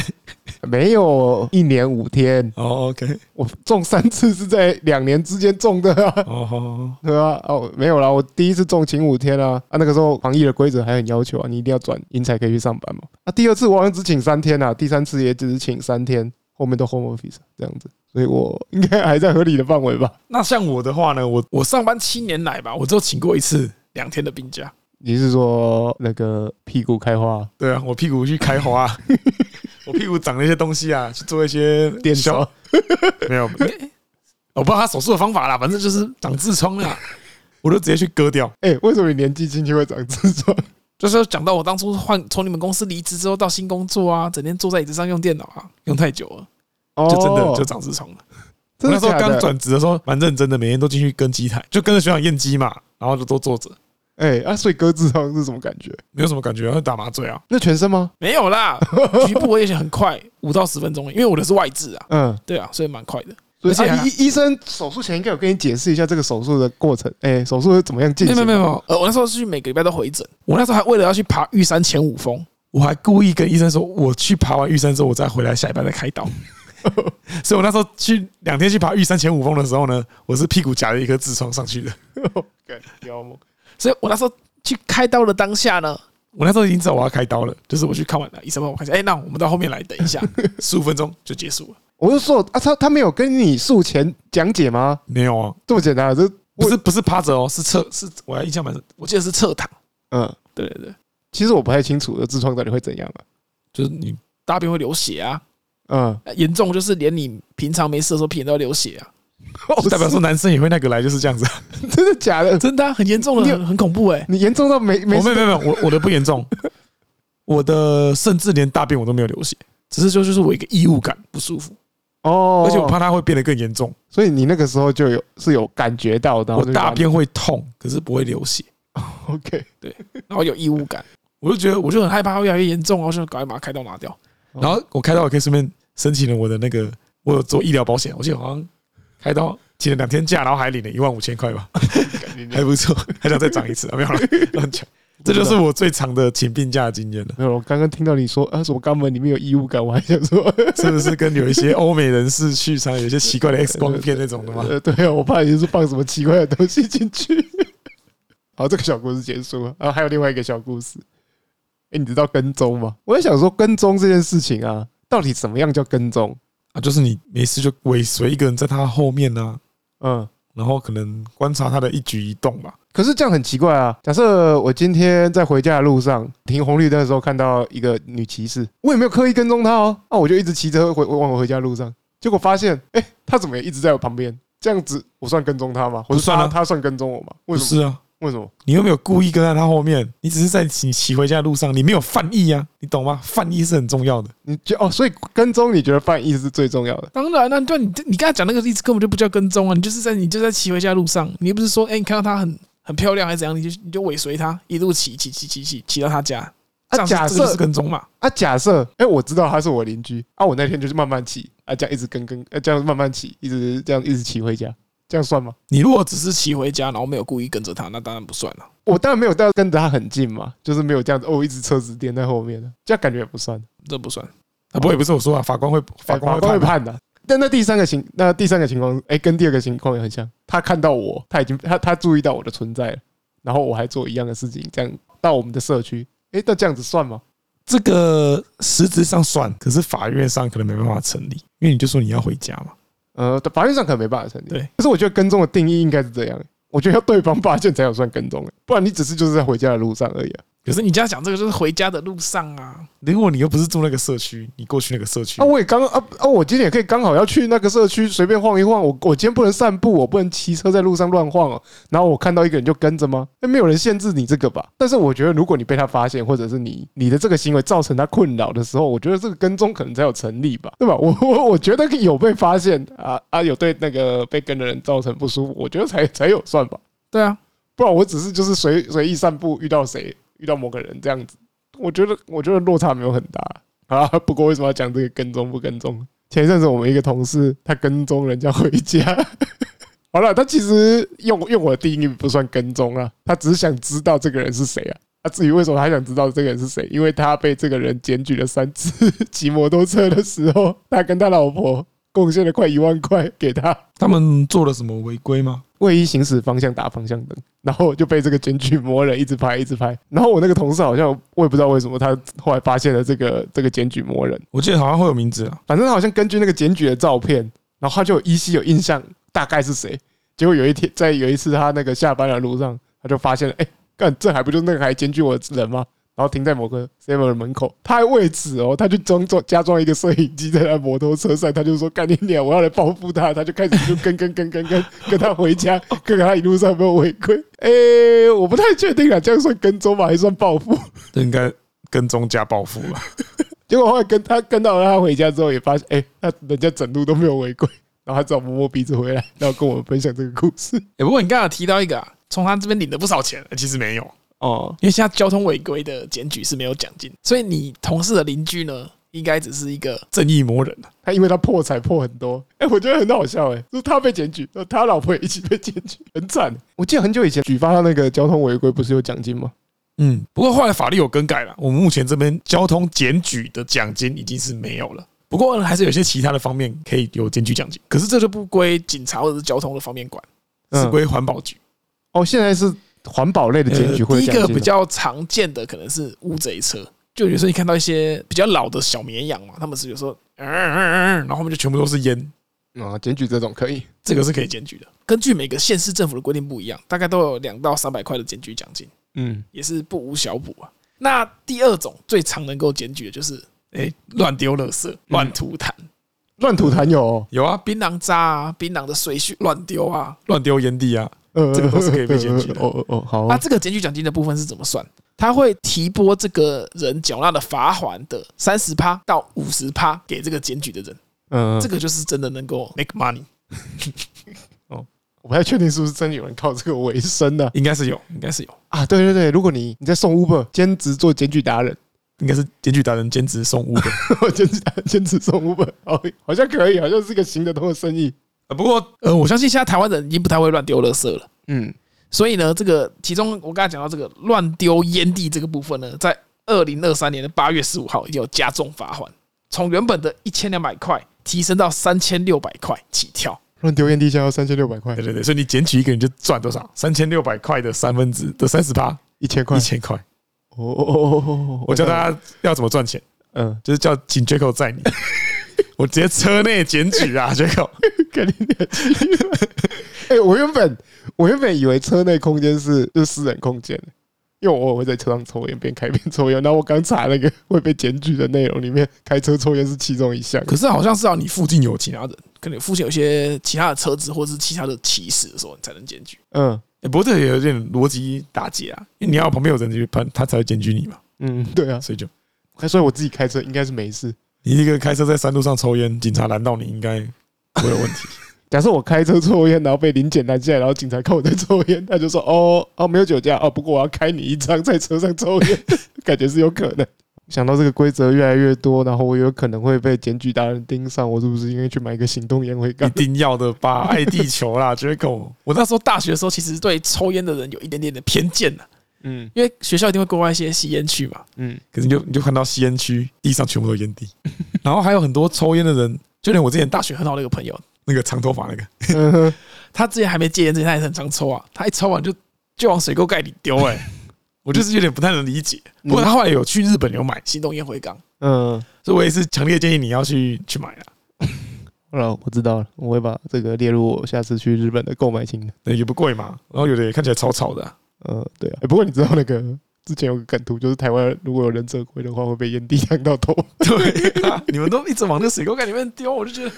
S1: 没有一年五天，
S2: *laughs* 哦，OK，，
S1: 我中三次是在两年之间中的啊
S2: 哦好，好好
S1: 对啊，哦，没有啦，我第一次中请五天啊，啊，那个时候防疫的规则还很要求啊，你一定要转阴才可以去上班嘛。啊，第二次我好像只请三天啊，第三次也只是请三天，后面都 home office 这样子，所以我应该还在合理的范围吧。
S2: 那像我的话呢，我
S3: 我上班七年来吧，我只有请过一次两天的病假。
S1: 你是说那个屁股开花
S2: 对啊，我屁股去开花、
S3: *laughs*
S2: 我屁股长了一些东西啊，去做一些
S1: 电
S2: 消
S1: 烧？
S2: 没
S3: *laughs*
S2: 有，我不知道他手术的方法啦，反正就是长痔疮啦，
S3: 啊
S2: *laughs* 我都直接去割掉。
S1: *laughs* 哎、为什么你年纪轻轻会长痔疮？
S3: 就是讲到我当初换从你们公司离职之后到新工作啊，整天坐在椅子上用电脑啊，用太久了，
S1: 哦
S2: 就真的就长痔疮了。我
S1: 真的
S2: 那时候
S1: 假的
S2: 刚，转职的时候，蛮认真的，每天都进去跟机台，就跟着学长验机嘛，然后就都坐着，
S1: 哎、啊，所以割痔疮是什么感觉？
S2: 没有什么感觉，然后打麻醉啊。
S1: 那全身吗？
S3: *laughs* 没有啦，局部我也很快，五到十分钟，因为我的是外治啊，
S1: 嗯，
S3: 对啊，所以蛮快的。
S1: 所以
S3: 而且
S1: 啊
S3: 还
S1: 医医生手术前应该有跟你解释一下这个手术的过程，哎、手术是怎么样进
S3: 没
S1: 行？
S3: 有没有没有，呃，我那时候是去每个礼拜都回诊，我那时候还为了要去爬玉山前五峰，
S2: 我还故意跟医生说，我去爬完玉山之后，我再回来下一班再开
S3: *laughs*
S2: 刀。所以我那时候去两天去爬玉山前五峰的时候呢，我是屁股夹了一颗痔疮上去的。
S1: 干，
S3: 所以我那时候去开刀的当下呢，我那时候已经知道我要开刀了，就是我去看完了，医生帮我看一下，哎、那我们到后面来等
S2: *laughs*
S3: 一下，十五分钟就结束了。
S1: 我就说啊，他他没有跟你术前讲解吗？
S2: 没有啊，
S1: 这么简单啊，这
S2: 不是不是趴着哦，是侧是，我还印象蛮深，
S3: 我记得是侧躺，
S1: 嗯，
S3: 对对对，
S1: 其实我不太清楚痔疮到底会怎样啊。
S2: 就是你
S3: 大便会流血啊，
S1: 嗯， *laughs*
S3: 呃严重就是连你平常没事的时候屁眼都要流血 *laughs* 啊，
S1: 哦
S2: 代表说男生也会那个来，就是这 *laughs* 样子。
S1: 是真的假的？
S3: 真的啊、很严重的，
S1: 你有
S3: 很很恐怖哎、
S1: 你严重到没没
S2: 我哦没有没有没有，我我的不严
S3: *laughs*
S2: 重，我的甚至连大便我都没有流血，只是就就是我一个异物感不舒服，
S1: 哦，
S2: 而且我怕，它会变得更严重。
S1: 所以你那个时候就有是有感觉到的，
S2: 我大便会痛，可是不会流血，
S1: OK，
S3: 然后有异物感，我就觉得我就很害怕会越来越严重，然后就赶快把它开刀拿掉。
S1: 哦
S2: 然后我开刀也可以顺便申请了我的那个，我有做医疗保险，我记得好像开刀请了两天假，然后还领了一万五千块吧，还不错，还想再涨一次啊，没有了，乱讲。 *laughs* 这就是我最长的请病假的经验了，
S1: 没有，我刚刚听到你说啊，什么肛门里面有异物感，我还想说，
S2: 是不是跟有一些欧美人士去常有一些奇怪的 X 光片那种的吗？
S1: 呃，对啊，我怕你是放什么奇怪的东西进去。 *laughs* 好，这个小故事结束了。啊，还有另外一个小故事。哎、你知道跟踪吗？我在想说跟踪这件事情啊，到底怎么样叫跟踪？
S2: 啊，就是你没事就尾随一个人在他后面呢、
S1: 嗯，
S2: 然后可能观察他的一举一动吧。
S1: 可是这样很奇怪啊。假设我今天在回家的路上停红绿灯的时候看到一个女骑士，我也没有刻意跟踪她哦，那、我就一直骑车回往我回家的路上，结果发现，哎、她怎么也一直在我旁边？这样子我算跟踪她吗？我
S2: 不算啊
S1: 她算跟踪我吗？
S2: 不
S1: 为什么？
S2: 是啊，
S1: 为什么？
S2: 你又没有故意跟在他后面，你只是在你骑回家的路上，你没有犯意啊，你懂吗？犯意是很重要的。
S1: 你觉哦，所以跟踪你觉得犯意是最重要的。
S3: 当然了、对你你刚才讲那个例子根本就不叫跟踪啊，你就是在你就在骑回家路上，你又不是说哎、你看到他很很漂亮还是怎样，你就你就尾随他一路骑骑骑骑骑骑到他家，这
S1: 啊，
S3: 样是
S1: 假
S3: 这个就是
S1: 设
S2: 跟踪嘛？
S1: 啊，假设，哎、我知道他是我邻居啊，我那天就是慢慢骑啊，这样一直跟跟，啊、这样慢慢骑，一直这样一直骑回家，这样算吗？
S2: 你如果只
S3: 只
S2: 是
S3: 是骑回家然后没有故意跟着他，那当然不算啊了。
S1: 我当然没有到跟着他很近嘛，就是没有这样子，哦，一直车子颠在后面的，这样感觉也不算。
S3: 这不算，
S2: 啊，不会不是我说啊，法官会法官
S1: 官会
S2: 会判的。
S1: 判的、但那第三个情，那第三个情况，哎、跟第二个情况也很像，他看到我，他已经他他注意到我的存在了，然后我还做一样的事情，这样到我们的社区，哎、那这样子算吗？
S2: 这个实质上算，可是法院上可能没办法成立，因为你就说你要回家嘛。
S1: 呃，法院上可能没办法成立。
S2: 对，
S1: 可是我觉得跟踪的定义应该是这样、我觉得要对方发现才有算跟踪、不然你只是就是在回家的路上而已、啊。
S3: 可是你这样讲这个就是回家的路上啊，哦
S2: 如果你又不是住那个社区，你过去那个社区
S1: 啊，，我也刚啊啊，我今天也可以刚好要去那个社区随便晃一晃，我我今天不能散步，我不能骑车在路上乱晃哦、然后我看到一个人就跟着吗？那没有人限制你这个吧？但是我觉得如果你被他发现，或者是你你的这个行为造成他困扰的时候，我觉得这个跟踪可能才有成立吧，对吧？我我我觉得有被发现啊啊，有对那个被跟的人造成不舒服，我觉得才才有算吧。
S3: 对啊，
S1: 不然我只是就是随随意散步遇到谁，遇到某个人这样子，我觉得我觉得落差没有很大 *laughs* 啊。不过为什么要讲这个跟踪不跟踪？前一阵子我们一个同事他跟踪人家回家， *laughs* 好了，他其实用用我的定义不算跟踪啊，他只是想知道这个人是谁啊。他、至于为什么他想知道这个人是谁，因为他被这个人检举了三次， *laughs* 骑摩托车的时候，他跟他老婆贡献了快一万块给他。
S2: 他们做了什么违规吗？
S1: 位移行驶方向打方向灯，然后我就被这个检举魔人一直拍一直拍。然后我那个同事好像我也不知道为什么，他后来发现了这个这个检举魔人，
S2: 我记得好像会有名字啊。
S1: 反正他好像根据那个检举的照片，然后他就有依稀有印象大概是谁。结果有一天在有一次他那个下班的路上，他就发现了，哎、干这还不就是那个还检举我的人吗？然后停在某个 seven 的门口，他还为此哦，他就装装加装一个摄影机在他摩托车上，他就说干你娘，我要来报复他，他就开始就跟跟跟跟跟跟他回家，跟他一路上没有违规。哎、我不太确定啊，这样算跟踪吗？还是算报复？
S2: 这应该跟踪加报复
S3: *laughs*
S2: 吧？
S1: 结果后来跟他跟到他回家之后，也发现，哎、他人家整路都没有违规，然后他只好摸摸鼻子回来，然后跟我们分享这个故事。
S3: 哎、不过你刚刚有提到一个、啊，从他这边领了不少钱，欸
S2: 其实没有，
S1: 哦，
S3: 因为现在交通违规的检举是没有奖金，所以你同事的邻居呢，应该只是一个
S2: 正义魔人啊，
S1: 他因为他破财破很多，哎、我觉得很好笑、哎，就是他被检举，然后他老婆也一起被检举，很惨。我记得很久以前举发他那个交通违规，不是有奖金吗？
S2: 嗯，不过后来法律有更改了，我们目前这边交通检举的奖金已经是没有了。不过呢还是有些其他的方面可以有检举奖金，
S3: 可是这就不归警察或者是交通的方面管，
S2: 是归环保局。
S1: 嗯哦，现在是环保类的检举会有
S3: 呃第一
S1: 奖金
S3: 个
S1: 吗
S3: 比较常见的可能是乌贼车，就有时候你看到一些比较老的小绵羊嘛，他们是有时候，嗯嗯嗯，然后后面就全部都是烟，
S1: 啊，检举这种可以
S3: 这个是可以检举的。根据每个县市政府的规定不一样，大概都有两到三百块的检举奖金，
S1: 嗯
S3: 也是不无小补啊。那第二种最常能够检举的就是，哎，乱丢垃圾、乱吐痰、
S1: 乱吐痰有哦
S2: 嗯有啊，
S3: 槟榔渣啊、槟榔的碎屑乱丢啊。
S2: 乱丢烟蒂啊，
S1: 呃
S2: 这个都是可以被检举的
S1: 哦哦哦，好
S3: 那
S1: 哦
S3: 啊这个检举奖金的部分是怎么算？他会提拨这个人缴纳的罚款的三十趴到五十趴给这个检举的人，
S1: 嗯，
S3: 这个就是真的能够 make money。
S1: 我不太确定是不是真的有人靠这个为生啊呢？
S2: 应该是有，应该是有，
S1: 啊，对对对，如果你你在送 Uber 兼职做检举达人， *laughs*
S2: 应该是检举达人兼职送物的。
S1: 兼职达人兼职送 Uber，好，好像可以，好像是个行得通的生意。
S2: 啊不过
S3: *laughs* 呃，我相信现在台湾人已经不太会乱丢垃圾了，
S1: 嗯，
S3: 所以呢，这个其中我刚才讲到这个乱丢烟蒂这个部分呢，在二零二三年的八月十五号已经有加重罚款，从原本的一千两百块提升到三千六百块起跳。
S1: 乱丢烟蒂箱要三千六百块
S2: 哎对，对对，所以你检举一个人就赚多少？三千六百块的三分之的三十八，
S1: 一千块
S2: 一。千块。
S1: 哦哦哦哦哦，
S2: 我教大家要怎么赚钱，
S1: 嗯，
S2: 就是叫请 Jaco 载你，我直接车内检举啊，Jaco。
S1: 肯定的。 *laughs* 哎、我原本我原本以为车内空间是就是私人空间，因为我偶尔会在车上抽烟，边开边抽烟。然后我刚查那个 *laughs* 会被检举的内容里面，开车抽烟是其中一项。
S3: 可是好像是要你附近有其他人，可能附近有一些其他的车子或者是其他的骑士的时候，你才能检举。
S1: 嗯
S2: 欸不过这也有点逻辑打结啊，因为你要旁边有人去喷，他才会检举你嘛，
S1: 嗯，对啊，
S2: 所以就
S1: 所以我自己开车应该是没事。
S2: 你一个开车在山路上抽烟，警察拦到你应该不会有问题。
S1: 假设我开车抽烟，然后被临检拦下来，然后警察看我在抽烟，他就说：“哦哦，没有酒驾哦，不过我要开你一张，在车上抽烟， *laughs* 感觉是有可能。”想到这个规则越来越多，然后我有可能会被检举达人盯上，我是不是应该去买一个行动烟灰
S2: 一
S1: 缸？
S2: 定要的吧，爱地球啦，Jaco。
S3: 我那时候大学的时候，其实对抽烟的人有一点点的偏见
S2: 啊
S3: 呐、
S1: 嗯
S3: 因为学校一定会规划一些吸烟区嘛。
S1: 嗯，
S2: 可是你就你就看到吸烟区地上全部都烟蒂，然后还有很多抽烟的人，就连我之前大
S3: 大学很好的一个朋友，
S2: 那个长头发那个，
S1: 嗯
S3: 他之前还没戒烟之前，他也是很常抽啊，他一抽完就就往水沟盖里丢，哎，
S2: 欸我就是有点不太能理解。
S1: 嗯
S2: 不过他后来有去日本有买，
S3: 行动烟灰缸。
S1: 嗯，
S2: 所以我也是强烈建议你要去去买
S3: 啊
S2: 啦。
S1: 好了，我知道了，我会把这个列入我下次去日本的购买清单。
S2: 对，也不贵嘛，然后有的也看起来超吵的
S3: *laughs*
S2: 啊、
S1: 呃，对啊、欸不过你知道那个之前有个梗图，就是台湾如果有忍者龟的话，会被烟蒂烫到头。
S2: 对
S3: *laughs*
S2: 啊，你们都一直往那个水沟盖里面丢，我就觉得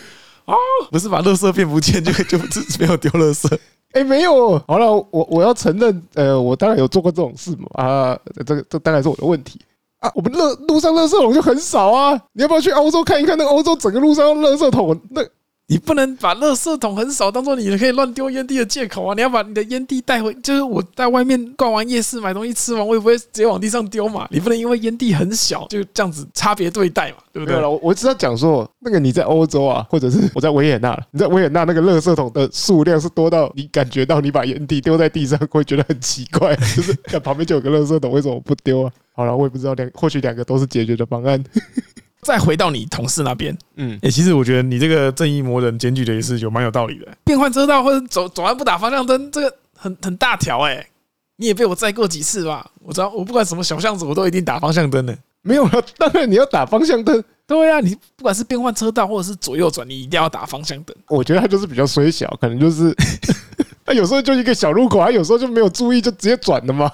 S2: 啊，不是把垃圾变不见就 *laughs* 就就没有丢垃圾。
S1: 哎、没有，好了，我我要承认，呃，我当然有做过这种事嘛，啊，这个这当然是我的问题啊，我们乐路上垃圾桶就很少啊，你要不要去欧洲看一看？那个欧洲整个路上垃圾桶，那
S3: 你不能把垃圾桶很少当做你可以乱丢烟蒂的借口啊！你要把你的烟蒂带回，就是我在外面逛完夜市买东西吃完，我也不会直接往地上丢嘛。你不能因为烟蒂很小就这样子差别对待嘛，对不
S1: 没有
S3: 对？
S1: 了，我我只要讲说，那个你在欧洲啊，或者是我在维也纳，你在维也纳那个垃圾桶的数量是多到你感觉到你把烟蒂丢在地上会觉得很奇怪， *laughs* 就是看旁边就有个垃圾桶，为什么我不丢啊？好了，我也不知道两，或许两个都是解决的方案。
S3: 再回到你同事那边，
S1: 嗯，
S2: 哎、其实我觉得你这个正义魔人检举的也是有蛮有道理的、
S3: 变换车道或者走走完不打方向灯，这个很很大条哎、你也被我载过几次吧？我知道，我不管什么小巷子，我都一定打
S2: 打
S3: 方
S2: 方
S3: 向。
S2: 向灯呢、
S1: 没有了，当然你要打方向灯，
S3: 对啊，你不管是变换车道或者是左右转，你一定要打方向灯。
S1: 我觉得他就是比较虽小，可能就是 *laughs* 他有时候就一个小路口，他有时候就没有注意，就直接转了嘛。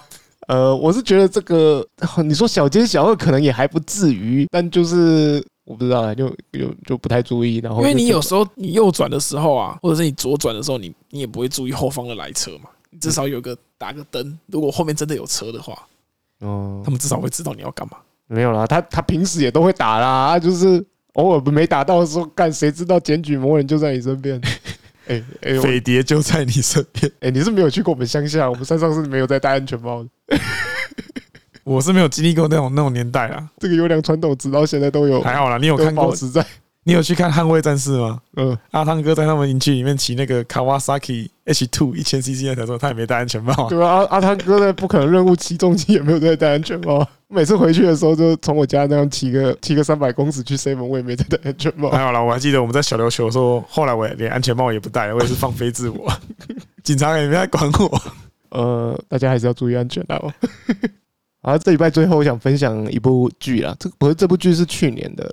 S1: 呃，我是觉得这个你说小奸小恶可能也还不至于，但就是我不知道啊，就就就不太注意，然后
S3: 因为你有时
S1: 候
S3: 候你右转的时候啊，或者是你左转的时候，你你也不会注意后方的来车嘛，你至少有个打个灯。如果后面真的有车的话，
S1: 哦
S3: 他们至少会知道你要干嘛。
S1: 没有啦，他他平时也都会打啦，他就是偶尔没打到的时候，干谁知道检举魔人就在你身 *laughs* 边。哎哎我
S2: 匪谍就在你身
S1: *laughs*
S2: 边。
S1: 哎，你是没有去过我们乡下，我们山上是没有在戴安全帽的。
S2: 我是没有经历过那种那种年代
S3: 啊
S2: 啦，
S1: 这个优良传统直到现在哦都有，
S2: 还好啦。你有
S1: 有
S2: 看过
S1: 保？持在。
S2: 你有去看《捍卫战士》吗？
S1: 嗯，
S2: 阿汤哥在他们营区里面骑那个 Kawasaki H Two 一千 CC 的时候，他也没戴安全帽、啊。
S1: 对啊，阿阿汤哥的不可能任务起重机也没有在戴安全帽。每次回去的时候，就从我家那样骑个骑个三百公尺去 seven，我也没在戴安全帽。
S2: 还好啦，我还记得我们在小琉球 *laughs* 的时候，后来我也连安全帽也不戴了，我也是放飞自我，警察也没来管我。
S1: *laughs* 呃，大家还是要注意安全啊。 *laughs* 好，这礼拜最后我想分享一部剧啦，这不是这部剧是去年的，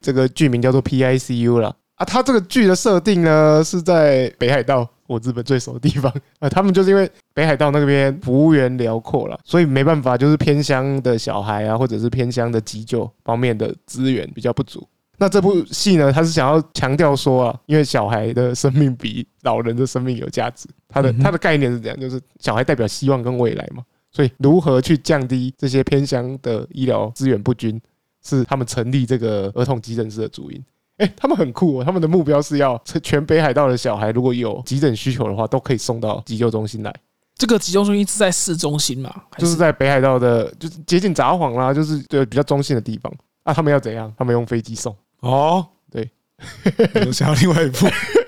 S1: 这个剧名叫做 PICU 啦。啊，它这个剧的设定呢是在北海道，我日本最熟的地方啊。他们就是因为北海道那边服务员辽阔啦，所以没办法，就是偏乡的小孩啊，或者是偏乡的急救方面的资源比较不足。那这部戏呢，它是想要强调说啊，因为小孩的生命比老人的生命有价值，它的
S2: 嗯哼
S1: 它的概念是这样，就是小孩代表希望跟未来嘛，所以如何去降低这些偏乡的医疗资源不均，是他们成立这个儿童急诊室的主因。哎、他们很酷、哦，他们的目标是要全北海道的小孩如果有急诊需求的话，都可以送到急救中心来。
S3: 这个集中中心是在市中心嘛？还
S1: 就是在北海道的，就是接近札幌啦，就是对比较中性的地方啊。他们要怎样？他们用飞机送， *laughs*
S2: 哦， *laughs*
S1: 对，
S2: 我想要另外一 *laughs* 部，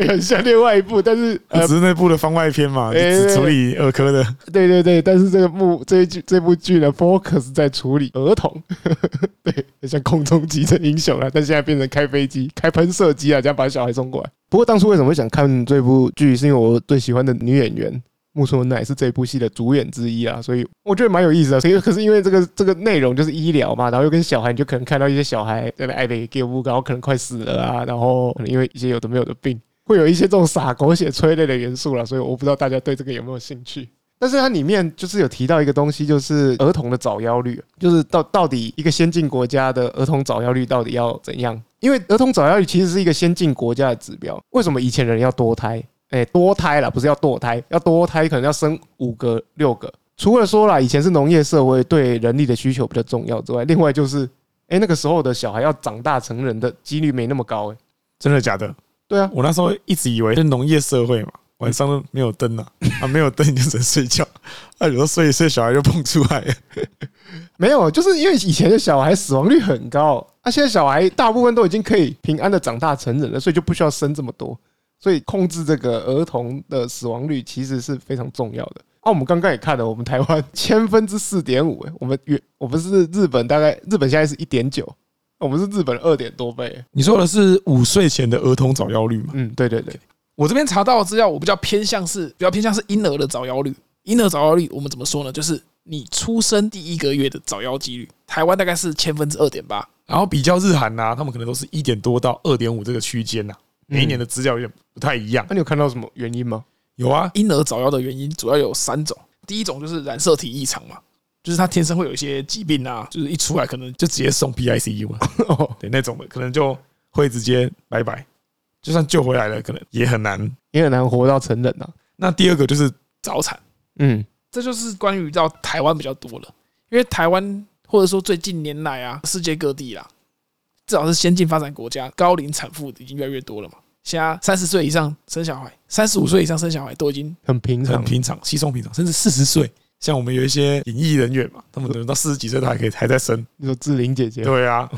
S1: 很像另外一部，但是呃
S2: 只，是那部的番外篇嘛，就
S1: 哎
S2: 只处理儿科的。
S1: 对对对，但是这个幕这一剧这部剧呢，focus 在处理儿童， *laughs* 对，很像空中急诊英雄啊，但现在变成开飞机、开喷射机啊，这样把小孩送过来。不过当初为什么会想看这部剧，是因为我最喜欢的女演员木村文乃是这部戏的主演之一啊，所以我觉得蛮有意思的。所以可是因为这个这个内容就是医疗嘛，然后又跟小孩，你就可能看到一些小孩在那爱的给物，然后可能快死了啊，然后可能因为一些有的没有的病，会有一些这种洒狗血催泪的元素啦，所以我不知道大家对这个有没有兴趣。但是它里面就是有提到一个东西，就是儿童的早夭率，就是到到底一个先进国家的儿童早夭率到底要怎样？因为儿童早夭率其实是一个先进国家的指标。为什么以前人要多胎？哎、多胎啦，不是要堕胎，要多胎可能要生五个、六个。除了说啦，以前是农业社会对人力的需求比较重要之外，另外就是，哎、那个时候的小孩要长大成人的几率没那么高、哎，
S2: 真的假的？
S1: 对啊，
S2: 我那时候一直以为是农业社会嘛，晚上都没有灯 *laughs* 啊，啊没有灯你就只能睡觉，啊有时候睡一睡小孩就蹦出来了。
S1: 没有，就是因为以前的小孩死亡率很高，啊，现在小孩大部分都已经可以平安的长大成人了，所以就不需要生这么多，所以控制这个儿童的死亡率其实是非常重要的。啊，我们刚刚也看了，我们台湾千分之四点五，我们远我们是日本大概日本现在是一点九，我们是日本二点多倍欸。
S2: 你说的是五岁前的儿童早夭率嘛？
S1: 嗯，对对对，
S3: 我这边查到的资料，我比较偏向是比较偏向是婴儿的早夭率。婴儿早夭率我们怎么说呢？就是你出生第一个月的早夭几率，台湾大概是千分之二点八。
S2: 然后比较日韩啊呐、他们可能都是一点多到二点五这个区间呐，每一年
S1: 的。
S2: 的资料有点不太一样
S1: 啊那、。你有看到什么原因吗？
S2: 有啊，
S3: 婴儿早夭的原因主要有三种，第一种就是染色体异常嘛，就是他天生会有一些疾病啊，就是一出来可能
S2: 就
S3: 就
S2: 直接送 PICU 了，
S1: 哦，
S2: *laughs* 对那种的可能就会直接拜拜，就算救回来了，可能也很难。
S1: 也很难活到成人啊。
S2: 那第二个就是
S3: 早产。
S1: 嗯，
S3: 这就是关于到台湾比较多了，因为台湾或者说最近年来啊，世界各地啦，至少是先进发展国家，高龄产妇已经越来越多了嘛。现在三十岁以上生小孩，三十五岁以上生小孩都已经
S1: 很平常
S2: 很。平常、稀松平常，甚至四十岁，像我们有一些演艺人员嘛，他们可能到四十几岁都还可以还在生。
S1: 你说志玲姐姐，
S2: 对啊，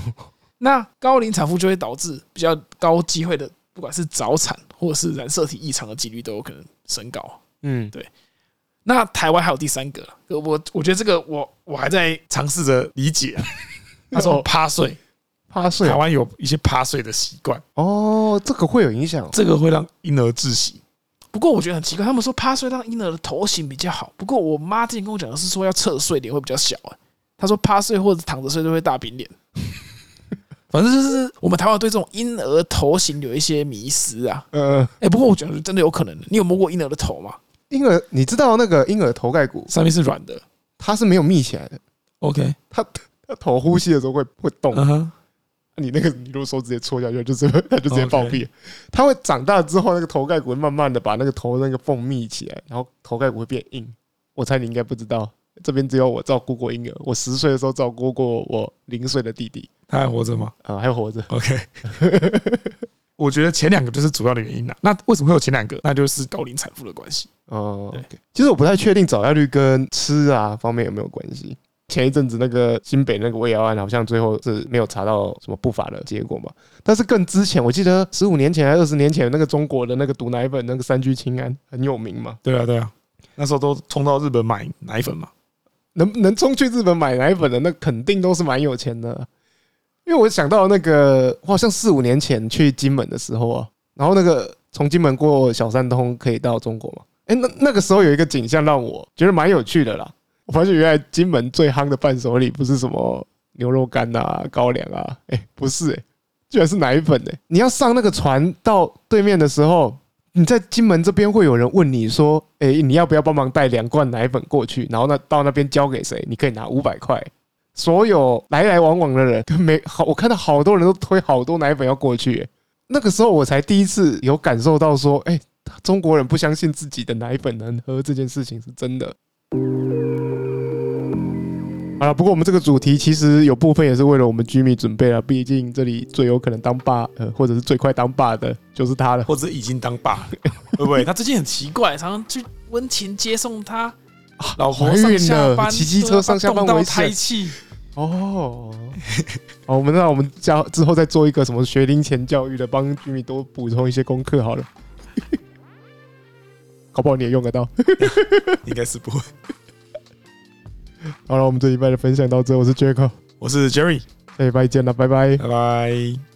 S3: 那高龄产妇就会导致比较高机会的，不管是早产或者是染色体异常的几率都有可能升高。
S1: 嗯，
S3: 那台湾还有第三个啦，呃我我觉得这个我我还在
S2: 尝试着理解、 *laughs* 啊。
S3: 那时候趴睡，
S1: 趴睡
S2: 台
S1: 啊
S2: 湾有一些趴睡的习惯，
S1: 哦，这个会有影响哦。
S2: 这个会让婴儿窒息。
S3: 不过我觉得很奇怪，他们说趴睡让婴儿的头型比较好。不过我妈之前跟我讲的是说要侧睡，脸会比较小、欸。她说趴睡或者躺着睡都会
S2: *laughs*
S3: 大饼脸。反正就是我们台湾对这种婴儿头型有一些迷失啊。
S1: 呃，
S3: 哎、不过我觉得真的有可能的。你有摸过婴儿的头吗？
S1: 婴儿，你知道那个婴儿头盖骨，
S2: 上面是软的
S1: 它是没有密起来的，呃
S2: ，OK，
S1: 它它头呼吸的时候会会
S3: 哦
S1: 动。啊
S2: 嗯哼，
S1: 你那个你如果手直接戳下去，就直接它就直接暴毙了。它会长大之后，那个头盖骨会慢慢的把那个头那个缝密起来，然后头盖骨会变硬。我猜你应该不知道，这边只有我照顾过婴儿。我十岁的时候照顾过我零岁的弟弟，
S2: 他还活着吗
S1: 啊、还活着。
S2: ？OK，我觉得前两个就是主要的原因啦。那为什么会有前两个？那就是高龄产妇的关系。
S1: 哦、
S2: 对
S1: OK 其实我不太确定早夭率跟吃啊方面有没有关系。前一阵子那个新北那个胃药案，好像最后是没有查到什么不法的结果嘛。但是更之前，我记得十五年前还是二十年前，那个中国的那个毒奶粉，那个三聚氰胺很有名嘛。
S2: 对啊，对啊，那时候都冲到日本买奶粉嘛。
S1: 能能冲去日本买奶粉的，那肯定都是蛮有钱的啊、因为我想到那个，我好像四五年前去金门的时候啊，然后那个从金门过小三通可以到中国嘛，哎、那那个时候有一个景象让我觉得蛮有趣的啦。我发现原来金门最夯的伴手礼不是什么牛肉干啊、高粱啊，哎、不是、哎，居然是奶粉哎、你要上那个船到对面的时候，你在金门这边会有人问你说，哎、你要不要帮忙带两罐奶粉过去？然后那到那边交给谁？你可以拿五百块。所有来来往往的人， *laughs* 跟没好，我看到好多人都推好多奶粉要过去、哎那个时候我才第一次有感受到说，哎、中国人不相信自己的奶粉能喝这件事情是真的。好了，不过我们这个主题其实有部分也是为了我们居民准备了，毕竟这里最有可能当爸，呃，或者是最快当爸的就是他了。
S2: 或者已经当爸了，
S3: *laughs*
S2: 会不会？
S3: 他
S2: 他
S3: 最近很奇怪，常常去温情接送他 *laughs*
S2: 老婆
S1: 怀
S3: 上
S1: 孕
S3: 下
S1: 了，
S3: 班，
S1: 骑机
S3: 对
S1: 车
S3: 啊
S1: 上下班
S3: 冻到
S1: 危
S3: 胎
S1: 险
S3: 气。
S1: 哦。 *laughs* 好，我们那我们教之后再做一个什么学龄前教育的，帮居民多补充一些功课好了。 *laughs* 搞不好你也用得到。 *laughs*
S2: 应该是不会。
S1: 好了，我们这礼拜的分享到这，我是 Jaco，
S2: 我是 Jerry，
S1: 下礼拜见了，拜拜。
S2: 拜拜。